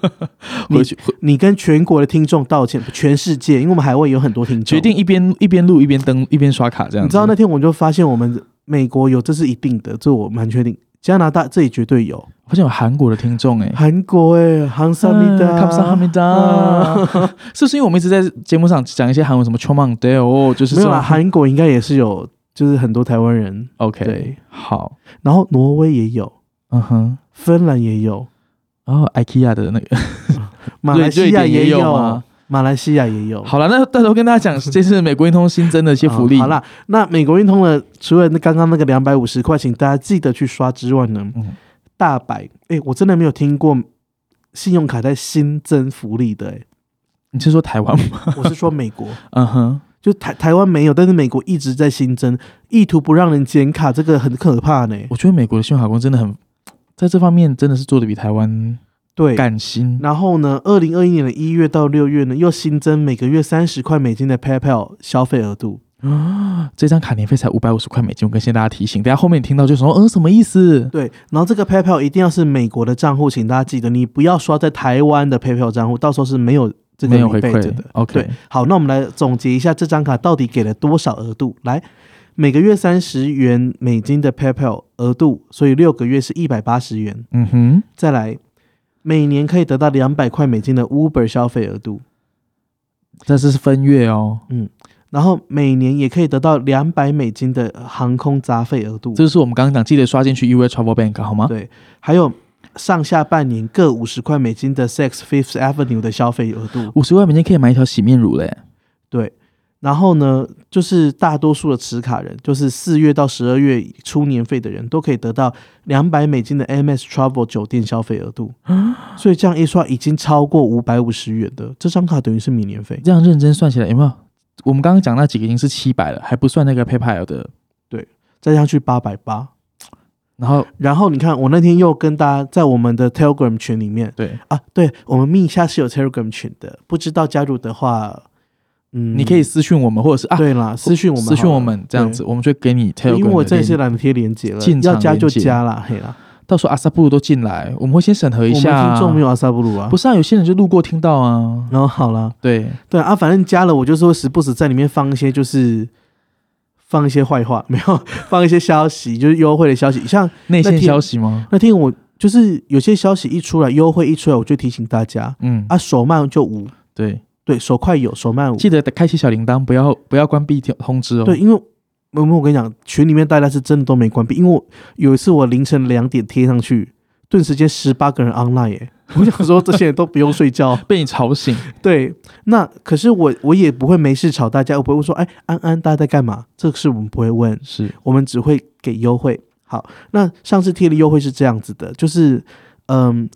Speaker 1: 你
Speaker 2: 回去回
Speaker 1: 你跟全国的听众道歉，全世界，因为我们海外有很多听众。
Speaker 2: 决定一边一边录一边登一边刷卡这样子。
Speaker 1: 你知道那天我们就发现，我们美国有，这是一定的，这我蛮确定。加拿大这里绝对有，
Speaker 2: 好像有韩国的听众哎、欸。啊
Speaker 1: 韩国哎、韩三米的，
Speaker 2: 看不上哈密达，
Speaker 1: 嗯
Speaker 2: 是不是因为我们一直在节目上讲一些韩文，什么 c h o m a n d a l 就是
Speaker 1: 没
Speaker 2: 这
Speaker 1: 有
Speaker 2: 种
Speaker 1: 啦，韩国应该也是有，就是很多台湾人，
Speaker 2: OK
Speaker 1: 对
Speaker 2: 好，
Speaker 1: 然后挪威也有，
Speaker 2: 嗯哼，
Speaker 1: 芬兰也有，
Speaker 2: 然后 IKEA 的那个
Speaker 1: 马
Speaker 2: 瑞
Speaker 1: 来西
Speaker 2: 瑞
Speaker 1: 亚
Speaker 2: 典也
Speaker 1: 有，
Speaker 2: 吗？
Speaker 1: 马来西亚也有。
Speaker 2: 好了，那到时候跟大家讲，这次美国运通新增的一些福利。
Speaker 1: 嗯好啦，那美国运通的除了那刚刚那个两百五十块，请大家记得去刷之外呢，
Speaker 2: 嗯
Speaker 1: 大白，哎、我真的没有听过信用卡在新增福利
Speaker 2: *laughs*
Speaker 1: 的、欸，
Speaker 2: 你是说台
Speaker 1: *laughs*
Speaker 2: 湾吗？
Speaker 1: 哎，我是说美国。
Speaker 2: 嗯哼，
Speaker 1: 就台台湾没有，但是美国一直在新增，意图不让人剪卡，这个很可怕呢。
Speaker 2: 我觉得美国的信用卡公司真的很，在这方面真的是做的比台湾
Speaker 1: 对，
Speaker 2: 感性。
Speaker 1: 然后呢，二零二一年的一月到六月呢，又新增每个月三十块美金的 PayPal 消费额度，
Speaker 2: 啊，这张卡年费才五百五十块美金，我跟现在大家提醒，等下后面你听到就说，嗯、什么意思？
Speaker 1: 对，然后这个 PayPal 一定要是美国的账户，请大家记得，你不要刷在台湾的 PayPal 账户，到时候是没有这个
Speaker 2: 没有回
Speaker 1: rebate
Speaker 2: 馈
Speaker 1: 的。
Speaker 2: ，OK，
Speaker 1: 对，好，那我们来总结一下这张卡到底给了多少额度？来，每个月三十元美金的 PayPal 额度，所以六个月是一百八十元。
Speaker 2: 嗯哼，
Speaker 1: 再来，每年可以得到两百块美金的 Uber 消费额度，
Speaker 2: 但是是分月哦，
Speaker 1: 然后每年也可以得到两百美金的航空杂费额度
Speaker 2: 这，就是我们刚刚讲，记得刷进去 U A Travel Bank 好吗？
Speaker 1: 对，还有上下半年各五十块美金的 Sex Fifth Avenue 的消费额度。
Speaker 2: 五十万美金可以买一条洗面乳嘞，
Speaker 1: 对，然后呢，就是大多数的持卡人，就是四月到十二月出年费的人都可以得到两百美金的 MS Travel 酒店消费额度，
Speaker 2: 啊
Speaker 1: 所以这样一刷已经超过五百五十元的这张卡等于是免年费。
Speaker 2: 这样认真算起来有没有？我们刚刚讲那几个已经是七百了，还不算那个 PayPal 的。
Speaker 1: 再上去八百八。
Speaker 2: 然后
Speaker 1: 然后你看，我那天又跟大家在我们的 Telegram 群里面
Speaker 2: 对，
Speaker 1: 啊，对我们密下是有 Telegram 群的，不知道加入的话，嗯，
Speaker 2: 你可以、私讯我们，或者是啊，
Speaker 1: 对啦，私讯我们好
Speaker 2: 私
Speaker 1: 了，
Speaker 2: 讯我们这样子，我们就给你
Speaker 1: 对，
Speaker 2: Telegram 的
Speaker 1: 因为我真的
Speaker 2: 链
Speaker 1: 是懒得贴链接了
Speaker 2: 进，场
Speaker 1: 要加就
Speaker 2: 连结
Speaker 1: 加啦，嘿啦，
Speaker 2: 到时候阿萨布鲁都进来，我们会先审核一
Speaker 1: 我
Speaker 2: 下啊。
Speaker 1: 们听众没有阿萨布鲁啊，
Speaker 2: 不是啊，有些人就路过听到啊。
Speaker 1: 然后好啦，
Speaker 2: 对，
Speaker 1: 对啊，反正加了我就是会时不时在里面放一些就是放一些坏话，没有 *laughs* 放一些消息，就是优惠的消息，像
Speaker 2: 内线
Speaker 1: 天
Speaker 2: 消息吗？
Speaker 1: 那天我就是有些消息一出来，优惠一出来，我就提醒大家
Speaker 2: 嗯，
Speaker 1: 啊，手慢就无。
Speaker 2: 对，
Speaker 1: 对，手快有，手慢无。
Speaker 2: 记得开启小铃铛，不要不要关闭通通知哦。
Speaker 1: 对，，因为我我跟你讲，群里面大家是真的都没关闭，因为我有一次我凌晨两点贴上去，顿时间十八个人 online 耶、 *laughs* 我想说这些人都不用睡
Speaker 2: *laughs*
Speaker 1: 觉。
Speaker 2: 被你吵醒。
Speaker 1: 对，那可是我我也不会没事吵大家，我不会说哎安安大家在干嘛，这个事我们不会问，
Speaker 2: 是，
Speaker 1: 我们只会给优惠。好，那上次贴的优惠是这样子的，就是嗯，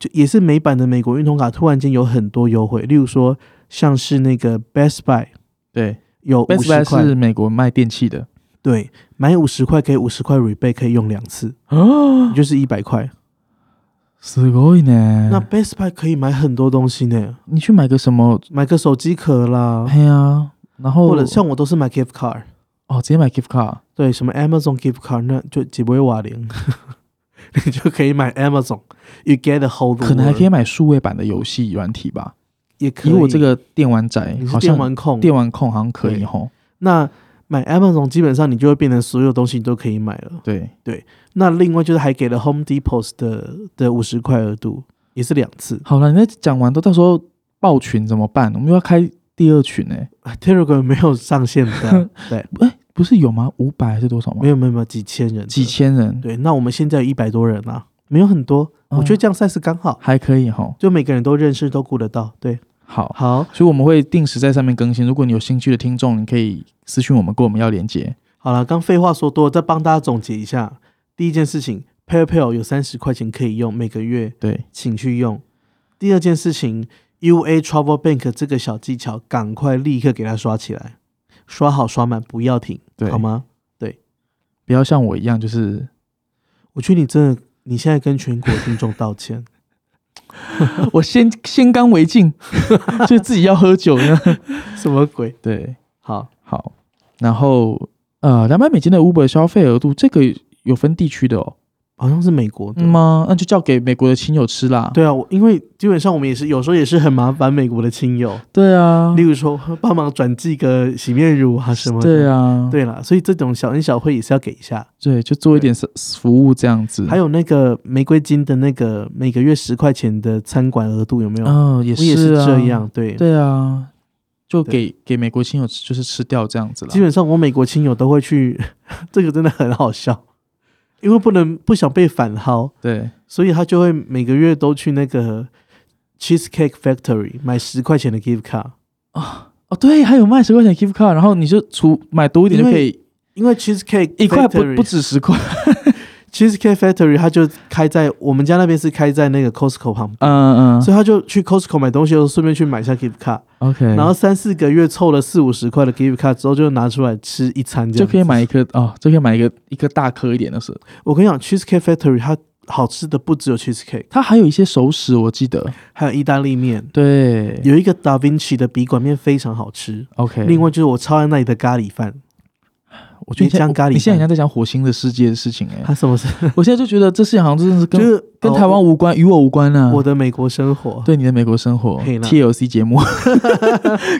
Speaker 1: 就也是美版的美国运通卡，突然间有很多优惠，例如说像是那个 Best Buy
Speaker 2: 对
Speaker 1: 有五
Speaker 2: ，Best
Speaker 1: 十
Speaker 2: Buy
Speaker 1: 块，
Speaker 2: 是美国卖电器的。
Speaker 1: 对，买五十块给五十块 rebate 可以用两次，
Speaker 2: 哦，
Speaker 1: 就是一百块。
Speaker 2: すごいね。
Speaker 1: 那 Best Buy 可以买很多东西呢，
Speaker 2: 你去买个什么？
Speaker 1: 买个手机壳啦，
Speaker 2: 哎呀，然后
Speaker 1: 或者像我都是买 gift card，
Speaker 2: 哦，直接买 gift card。
Speaker 1: 对，什么 Amazon gift card，那就几不会瓦零， *laughs* 你就可以买 Amazon，you get a hold，
Speaker 2: 可能还可
Speaker 1: 以，
Speaker 2: 以买数位版的游戏软体吧。
Speaker 1: 也可
Speaker 2: 以
Speaker 1: 以。
Speaker 2: 我这个电玩宅
Speaker 1: 你，是
Speaker 2: 好像
Speaker 1: 电玩控，
Speaker 2: 电玩控好像可以
Speaker 1: 对
Speaker 2: 吼。
Speaker 1: 那买 Amazon 基本上你就会变成所有东西你都可以买了。
Speaker 2: 对，
Speaker 1: 那另外就是还给了 Home Depot 的的五十块额度，也是两次。
Speaker 2: 好了，你那讲完都到时候爆群怎么办？我们又要开第二群呢、
Speaker 1: 啊 Telegram 没有上限的，啊对，
Speaker 2: 不是有吗？五百还是多少吗
Speaker 1: 没？有没有没有几千人的，
Speaker 2: 几千人，
Speaker 1: 对，那我们现在有一百多人啊，没有很多，
Speaker 2: 哦
Speaker 1: 我觉得这样赛事刚好，
Speaker 2: 还可以吼。
Speaker 1: 就每个人都认识，都顾得到。对，
Speaker 2: 好，
Speaker 1: 好，
Speaker 2: 所以我们会定时在上面更新。如果你有兴趣的听众，你可以私讯我们，跟我们要连接。
Speaker 1: 好了，刚废话说多，再帮大家总结一下。第一件事情，PayPal 有三十块钱可以用，每个月
Speaker 2: 对，
Speaker 1: 请去用。第二件事情，UA Travel Bank 这个小技巧，赶快立刻给它刷起来，刷好刷满，不要停，
Speaker 2: 对
Speaker 1: 好吗？
Speaker 2: 不要像我一样，就是 *laughs*
Speaker 1: 我觉得你真的，你现在跟全国听众道 *laughs* 歉。
Speaker 2: 我先先干为敬， *laughs* 就自己要喝酒呢。 *laughs*
Speaker 1: 什么鬼？
Speaker 2: 对，
Speaker 1: 好，
Speaker 2: 好，然后呃，两百美金的 Uber 消费额度，这个有分地区的哦，
Speaker 1: 好像是美国的。
Speaker 2: 嗯吗？那就交给美国的亲友吃啦。
Speaker 1: 对啊，我因为基本上我们也是有时候也是很麻烦美国的亲友，
Speaker 2: 对啊
Speaker 1: 例，如说帮忙转寄个洗面乳啊什么的。
Speaker 2: 对，啊，
Speaker 1: 对啦，所以这种小恩小惠也是要给一下。
Speaker 2: 对，就做一点 s- 服务这样子。
Speaker 1: 还有那个玫瑰金的那个每个月十块钱的餐馆额度有没有？
Speaker 2: 哦，也
Speaker 1: 我也
Speaker 2: 是啊
Speaker 1: 这样，。对。
Speaker 2: 对啊，就
Speaker 1: 对
Speaker 2: 给给美国亲友吃就是吃掉这样子啦
Speaker 1: 基。本上我美国亲友都会去， *laughs* 这个真的很好笑，因为不能不想被反薅，
Speaker 2: 对，
Speaker 1: 所以他就会每个月都去那个 Cheesecake Factory 买十块钱的 gift card。
Speaker 2: 哦对，还有卖十块钱 gift card，然后你就除买多一点就
Speaker 1: 因
Speaker 2: 可
Speaker 1: 为
Speaker 2: 以，
Speaker 1: 因为 Cheesecake
Speaker 2: 一块不
Speaker 1: Factory-
Speaker 2: 不止十块。
Speaker 1: Cheesecake Factory，它就开在我们家那边是开在那个 Costco 旁边，
Speaker 2: 嗯嗯
Speaker 1: 所以他就去 Costco 买东西的时候，顺便去买一下 gift card，
Speaker 2: ，OK，
Speaker 1: 然后三四个月凑了四五十块的 gift card 之后，就拿出来吃一餐这
Speaker 2: 就
Speaker 1: 样子
Speaker 2: 可以买一颗哦，就可以买一个一颗大颗一点的是，
Speaker 1: 我跟你讲，Cheesecake Factory 它好吃的不只有 cheesecake，
Speaker 2: 它还有一些熟食，我记得。
Speaker 1: 还有意大利面，
Speaker 2: 对
Speaker 1: 有一个 Da Vinci 的笔管面非常好吃。
Speaker 2: ，OK。
Speaker 1: 另外就是我超爱那里的咖喱饭，
Speaker 2: 我觉得你现在
Speaker 1: 椰浆咖喱
Speaker 2: 你现在
Speaker 1: 饭
Speaker 2: 很像在讲火星的世界的事情哎、
Speaker 1: 它什么是？
Speaker 2: 我现在就觉得这事情好像真的是
Speaker 1: 就
Speaker 2: 跟、
Speaker 1: 是
Speaker 2: 跟
Speaker 1: 哦
Speaker 2: 台湾无关，与我无关啊。
Speaker 1: 我的美国生活。
Speaker 2: 对你的美国生活
Speaker 1: 嘿啦
Speaker 2: TLC
Speaker 1: *laughs*
Speaker 2: 节目，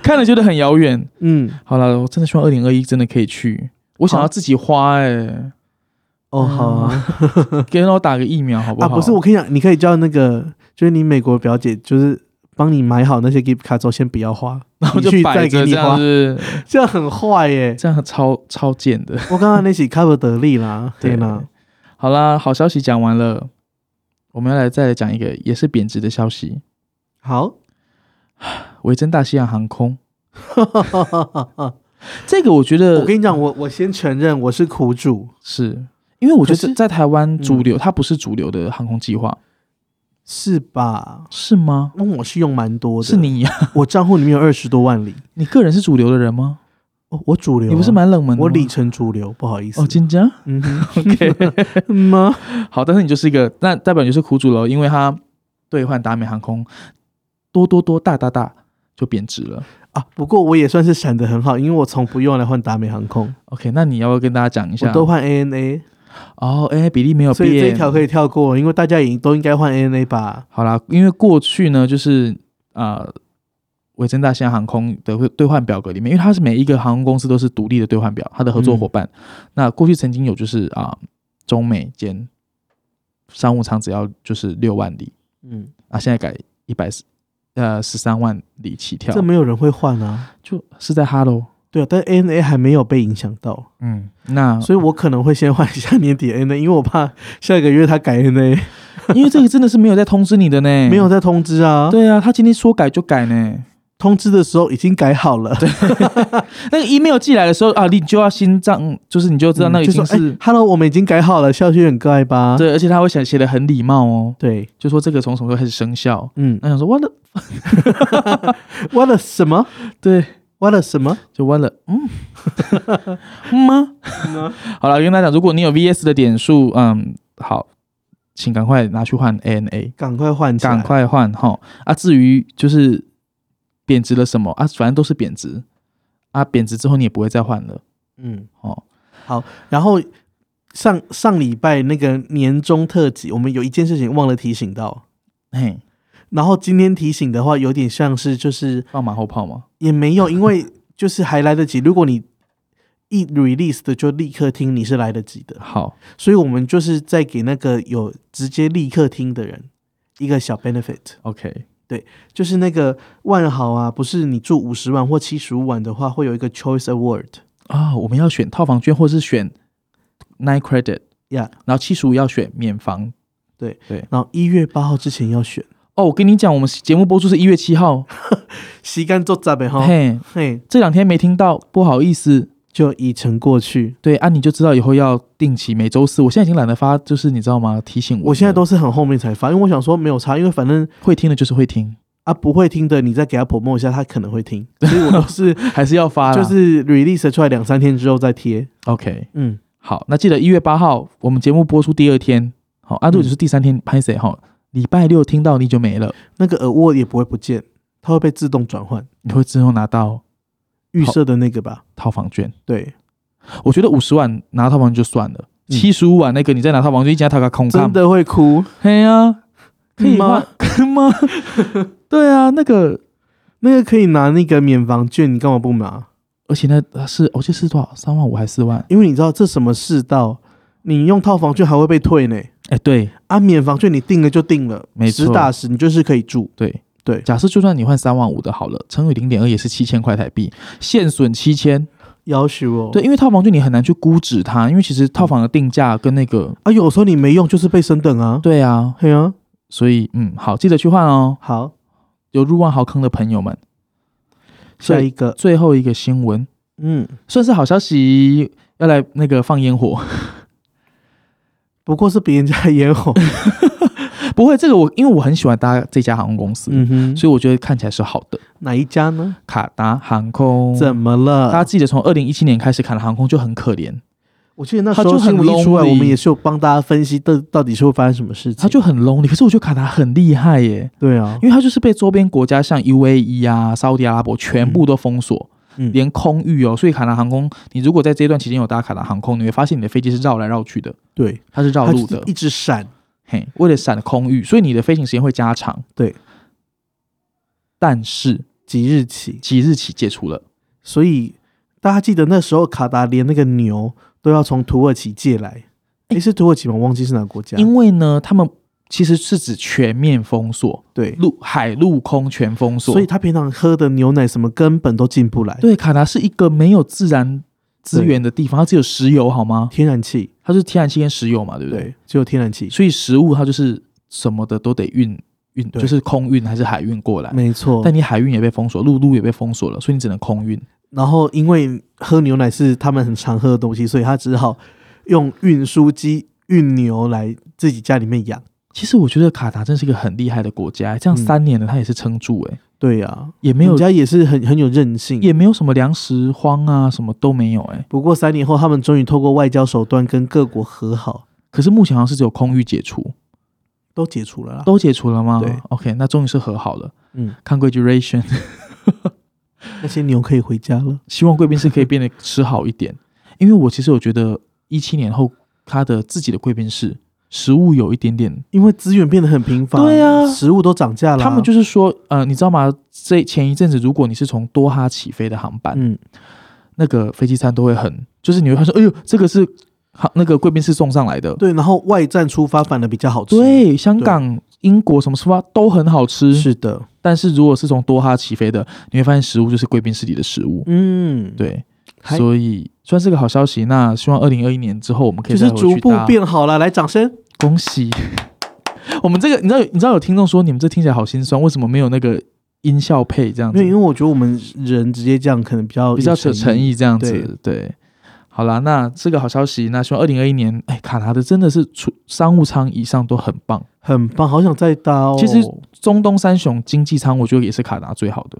Speaker 2: 看了觉得很遥远。
Speaker 1: 嗯，
Speaker 2: 好了，我真的希望二零二一真的可以去，我想要
Speaker 1: 好
Speaker 2: 自己花哎、
Speaker 1: *laughs* 哦，好啊，
Speaker 2: 给我打个疫苗好不
Speaker 1: 啊，
Speaker 2: 好？
Speaker 1: 不是，我跟你讲，你可以叫那个，就是你美国表姐，就是帮你买好那些 gift 卡之后，先不要花，
Speaker 2: 然后
Speaker 1: *laughs* 你
Speaker 2: 就
Speaker 1: 去
Speaker 2: 摆
Speaker 1: 再给
Speaker 2: 着
Speaker 1: 你
Speaker 2: 这样
Speaker 1: 花，
Speaker 2: 子，
Speaker 1: 这样很坏
Speaker 2: *laughs*
Speaker 1: 耶。
Speaker 2: 这样超超贱的。
Speaker 1: 我刚刚那起 cover 得力啦，对啦，
Speaker 2: 好啦，好消息讲完了，我们要来再来讲一个也是贬值的消息， *laughs*
Speaker 1: 好，
Speaker 2: 维珍大西洋航空。这个我觉
Speaker 1: 我
Speaker 2: 得
Speaker 1: 跟你讲，我我先承认我是苦主，
Speaker 2: 是因为我觉
Speaker 1: 可
Speaker 2: 得
Speaker 1: 是嗯
Speaker 2: 在台湾主流、它不是主流的航空计划，
Speaker 1: 是吧？
Speaker 2: 是吗？
Speaker 1: 因为我是用蛮多的，
Speaker 2: 是你呀？ *laughs*
Speaker 1: 我账户里面有二十多万里，
Speaker 2: 你个人是主流的人吗？
Speaker 1: 哦，我主流啊、
Speaker 2: 你不是蛮冷门的吗？
Speaker 1: 我里程主流，不好意思，
Speaker 2: 哦，金江
Speaker 1: 嗯哼
Speaker 2: *laughs* OK
Speaker 1: *laughs* 嗯吗？
Speaker 2: 好，但是你就是一个那代表你就是苦主了，因为它兑换达美航空多多多大大大就贬值了。
Speaker 1: 啊，不过我也算是闪的很好，因为我从不用来换达美航空，
Speaker 2: OK，那你要不要跟大家讲一
Speaker 1: 我
Speaker 2: 下？
Speaker 1: 都换 ANA，
Speaker 2: 哦，哎，比例没有
Speaker 1: 所以这一
Speaker 2: 变。
Speaker 1: 条可以跳过，因为大家也都应该换 ANA 吧？
Speaker 2: 好啦，因为过去呢，就是啊，呃维、珍大西洋航空的会兑换表格里面，因为它是每一个航空公司都是独立的兑换表，它的
Speaker 1: 嗯
Speaker 2: 合作伙伴。那过去曾经有就是啊、中美间商务舱只要就是六万里
Speaker 1: 嗯，
Speaker 2: 啊，现在改一百呃十三万里起跳
Speaker 1: 这，没有人会换啊。
Speaker 2: 就是在哈喽。
Speaker 1: 对啊，但 ANA 还没有被影响到，
Speaker 2: 嗯，那
Speaker 1: 所以我可能会先换一下年底 ANA，因为我怕下个月他改 ANA
Speaker 2: 因为这个真的是没有在通知你的呢，
Speaker 1: 没有。再通知啊。
Speaker 2: 嗯对啊，他今天说改就改呢。
Speaker 1: 通知的时候已经改好了，对，
Speaker 2: 那个 email 寄来的时候啊，你就要心脏，就是你就知道那已经是、
Speaker 1: 哎，Hello，我们已啊经改好了，校区很可爱吧？
Speaker 2: 对，而且他会想写的很礼貌哦，
Speaker 1: 对，
Speaker 2: 就说这个从什么时候开始生效。
Speaker 1: 嗯，
Speaker 2: 那想说 what？the-
Speaker 1: 我的什么？
Speaker 2: 对，
Speaker 1: 我的什么？
Speaker 2: 就 what 了，嗯，嗯吗？ *laughs* 好了，跟大家讲，如果你有 VS 的点数，嗯，好，请赶快拿去换 ANA，
Speaker 1: 赶快换起来，
Speaker 2: 赶快换哈。啊，至于就是贬值了什么啊，反正都是贬值啊，贬值之后你也不会再换了
Speaker 1: 嗯，
Speaker 2: 哦。
Speaker 1: 然后上上礼拜那个年终特辑，我们有一件事情忘了提醒到，
Speaker 2: 嘿，
Speaker 1: 然后今天提醒的话，有点像是就是
Speaker 2: 放马后炮吗？
Speaker 1: 也没有，因为就是还来得及。如果你一 release 的就立刻听，你是来得及的。
Speaker 2: 好，
Speaker 1: 所以我们就是在给那个有直接立刻听的人一个小 benefit，
Speaker 2: OK，
Speaker 1: 就是那个万豪啊，不是你住五十万或七十五万的话，会有一个 choice award。
Speaker 2: 啊、我们要选套房券，或是选 nine credit，
Speaker 1: Yeah
Speaker 2: 然后七十五要选免房。
Speaker 1: 然后一月八号之前要选，
Speaker 2: 哦，我跟你讲，我们节目播出是一月七号，
Speaker 1: 时间做杂呗哈，
Speaker 2: 嘿，
Speaker 1: 嘿，
Speaker 2: 这两天没听到，不好意思。
Speaker 1: 就已成过去。
Speaker 2: 对啊，你就知道以后要定期每周四。我现在已经懒得发，就是你知道吗？提醒我的，
Speaker 1: 我现在都是很后面才发，因为我想说没有差，因为反正
Speaker 2: 会听的，就是会听，
Speaker 1: 啊不会听的，你再给他 promo 一下，他可能会听，所以我都
Speaker 2: *laughs*
Speaker 1: 是
Speaker 2: 还是要发啦。
Speaker 1: 就是 release 出来两三天之后再贴。
Speaker 2: OK，
Speaker 1: 嗯，
Speaker 2: 好，那记得一月八号我们节目播出第二天，好，啊，如果
Speaker 1: 嗯
Speaker 2: 是第三天拍谁哈，礼拜六听到你就没了，
Speaker 1: 那个耳蜗也不会不见，它会被自动转换
Speaker 2: 你会之后拿到
Speaker 1: 预设的那个吧？
Speaker 2: 套房券。
Speaker 1: 对，
Speaker 2: 我觉得五十万拿套房就算了，
Speaker 1: 嗯
Speaker 2: 七十五万那个你再拿套房就一家套个空
Speaker 1: 真
Speaker 2: 看，
Speaker 1: 的会哭。
Speaker 2: 嘿呀，可
Speaker 1: 嗯
Speaker 2: 以换
Speaker 1: 吗
Speaker 2: 吗？ *laughs* 对啊，那个
Speaker 1: 那个可以拿那个免房券，你干嘛不拿？
Speaker 2: 而且呢呃是，我记得是多少？三万五还是四万？
Speaker 1: 因为你知道这什么世道，你用套房券还会被退呢。
Speaker 2: 哎、对
Speaker 1: 啊，免房券你定了就定了，
Speaker 2: 没错
Speaker 1: 实打实你就是可以住。
Speaker 2: 对
Speaker 1: 对
Speaker 2: 假设就算你换三万五的好了，乘以零点二也是七千块台币，现损七千。
Speaker 1: 要求哦，
Speaker 2: 对，因为套房就你很难去估值它，因为其实套房的定价跟那个
Speaker 1: 啊，有时候你没用就是被升等啊。
Speaker 2: 对啊，
Speaker 1: 对啊，
Speaker 2: 所以嗯，好，记得去换哦。
Speaker 1: 好，
Speaker 2: 有入万豪坑的朋友们，
Speaker 1: 下一个，
Speaker 2: 最后一个新闻
Speaker 1: 嗯，
Speaker 2: 算是好消息，要来那个放烟火。
Speaker 1: 不过是别人家的烟火，
Speaker 2: 不会，这个我因为我很喜欢搭这家航空公司，
Speaker 1: 嗯哼，
Speaker 2: 所以我觉得看起来是好的。
Speaker 1: 哪一家呢？
Speaker 2: 卡达航空，
Speaker 1: 怎么
Speaker 2: 大家
Speaker 1: 了？
Speaker 2: 记得从二零一七年开始，卡达航空就很可怜。
Speaker 1: 我我记得那时
Speaker 2: 他
Speaker 1: 候
Speaker 2: 就很
Speaker 1: 新闻一出来，
Speaker 2: lonely
Speaker 1: 我们也是有帮大家分析到到底是会发生什么事情。
Speaker 2: 他就很 lonely。可是我觉得卡达很厉害耶，
Speaker 1: 对啊，
Speaker 2: 因为他就是被周边国家像 UAE 啊、沙特阿拉伯全部都封锁，
Speaker 1: 嗯，
Speaker 2: 连空域哦。所以卡达航空，你如果在这一段期间有搭卡达航空，你会发现你的飞机是绕来绕去的，
Speaker 1: 对，
Speaker 2: 它是绕
Speaker 1: 他
Speaker 2: 路
Speaker 1: 就是
Speaker 2: 的，
Speaker 1: 一直闪，
Speaker 2: 嘿，为了闪空域，所以你的飞行时间会加长。
Speaker 1: 对，
Speaker 2: 但是
Speaker 1: 即日起，
Speaker 2: 即日起解除了，
Speaker 1: 所以大家记得那时候卡达连那个牛都要从土耳其借来，诶，是土耳其吗？我忘记是哪个国家。
Speaker 2: 哎因为呢，他们其实是指全面封锁，
Speaker 1: 对，
Speaker 2: 陆海陆空全封锁，
Speaker 1: 所以他平常喝的牛奶什么根本都进不来，
Speaker 2: 对，卡达是一个没有自然资源的地方，它只有石油，好吗？
Speaker 1: 天然气，
Speaker 2: 它就是天然气跟石油嘛，对不对？
Speaker 1: 对，只有天然气，
Speaker 2: 所以食物它就是什么的都得运运，
Speaker 1: 对
Speaker 2: 就是空运还是海运过来。
Speaker 1: 没错。
Speaker 2: 但你海运也被封锁，陆路也被封锁了，所以你只能空运。
Speaker 1: 然后因为喝牛奶是他们很常喝的东西，所以他只好用运输机运牛来自己家里面养。
Speaker 2: 其实我觉得卡达真是一个很厉害的国家，这样三年了，它也是撑住、欸，
Speaker 1: 对呀、啊，
Speaker 2: 也没有
Speaker 1: 人家也是很很有韧性。
Speaker 2: 也没有什么粮食荒啊，什么都没有、欸，
Speaker 1: 不过三年后，他们终于透过外交手段跟各国和好，
Speaker 2: 可是目前好像是只有空域解除，
Speaker 1: 都解除了啦。
Speaker 2: 都解除了吗？
Speaker 1: 对
Speaker 2: ，OK，那终于是和好了。
Speaker 1: 嗯，
Speaker 2: Congratulation，
Speaker 1: 那些牛可以回家了。
Speaker 2: *laughs* 希望贵宾室可以变得吃好一点，因为我其实我觉得一七年后它的自己的贵宾室食物有一点点，
Speaker 1: 因为资源变得很贫乏，
Speaker 2: 对啊
Speaker 1: 食物都涨价了啊。
Speaker 2: 他们就是说，呃，你知道吗？这前一阵子如果你是从多哈起飞的航班，
Speaker 1: 嗯，
Speaker 2: 那个飞机餐都会很，就是你会发现，哎呦，这个是航那个贵宾室送上来的，
Speaker 1: 对，然后外站出发反而比较好吃。，
Speaker 2: 对，香港、英国什么出发都很好吃，
Speaker 1: 是的，
Speaker 2: 但是如果是从多哈起飞的，你会发现食物就是贵宾室里的食物，
Speaker 1: 嗯，，
Speaker 2: 对，
Speaker 1: 嗨
Speaker 2: 所以算是个好消息。那希望二零二一年之后我们可
Speaker 1: 就
Speaker 2: 以
Speaker 1: 是
Speaker 2: 再回去
Speaker 1: 逐步
Speaker 2: 搭
Speaker 1: 变好了。来，掌声。
Speaker 2: 恭喜 *laughs* 我们这个，你知道，你知道有听众说你们这听起来好心酸，为什么没有那个音效配这样
Speaker 1: 没
Speaker 2: 子
Speaker 1: 有，因？为我觉得我们人直接这样可能比较
Speaker 2: 比较
Speaker 1: 有
Speaker 2: 有诚
Speaker 1: 意。
Speaker 2: 意这样子，对。好啦，那这个好消息，那希望二零二一年，哎，卡达的真的是出商务舱以上都很棒。
Speaker 1: 很棒，好想再搭哦。
Speaker 2: 其实中东三雄经济舱，我觉得也是卡达最好的。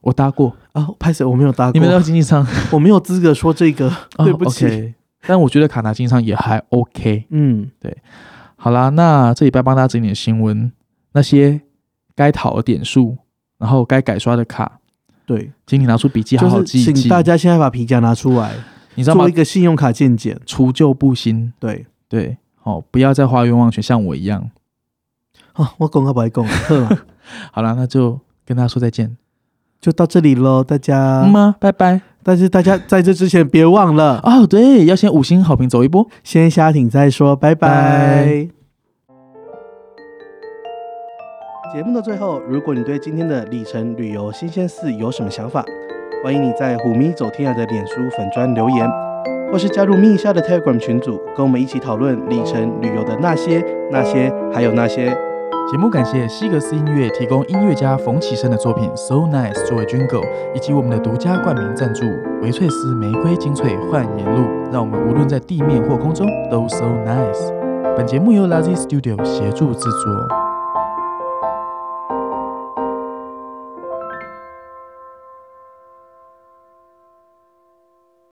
Speaker 2: 我搭过，
Speaker 1: 啊，拍谁我没有搭
Speaker 2: 你
Speaker 1: 过
Speaker 2: 们，的经济舱，
Speaker 1: *laughs*
Speaker 2: *laughs*
Speaker 1: 我没有资格说这个，对不起。
Speaker 2: 哦，OK 但我觉得卡达经济舱也还 OK。
Speaker 1: 嗯，
Speaker 2: 好啦，那这礼拜帮大家整理的新闻，那些该讨的点数，然后该改刷的卡，
Speaker 1: 对，
Speaker 2: 请你拿出笔记好好
Speaker 1: 就
Speaker 2: 记
Speaker 1: 是
Speaker 2: 一记
Speaker 1: 请。大家现在把皮夹拿出来，
Speaker 2: 你知道吗
Speaker 1: 做一？个信用卡鉴检。
Speaker 2: 除旧布新，
Speaker 1: 对
Speaker 2: 对，哦，不要再花冤枉钱，像我一样。
Speaker 1: 啊，我广告白讲，呵
Speaker 2: *laughs*
Speaker 1: 啦
Speaker 2: 好啦，那就跟大家说再见，
Speaker 1: 就到这里喽，大家。
Speaker 2: 嗯吗？拜拜。
Speaker 1: 但是大家在这之前别忘了，
Speaker 2: 哦，对，要先五星好评走一波。
Speaker 1: 先下停再说，拜拜
Speaker 2: 拜。
Speaker 1: 节目的最后，如果你对今天的里程旅游新鲜事有什么想法，欢迎你在虎咪走天涯的脸书粉砖留言，或是加入咪一下的 Telegram 群组，跟我们一起讨论里程旅游的那些、那些，还有那些。
Speaker 2: 节目感谢西格斯音乐提供音乐家冯启生的作品《So Nice》作为 Jingle，以及我们的独家冠名赞助维翠丝玫瑰精粹焕颜露，让我们无论在地面或空中都 So Nice。本节目由 Lazy Studio 协助制作。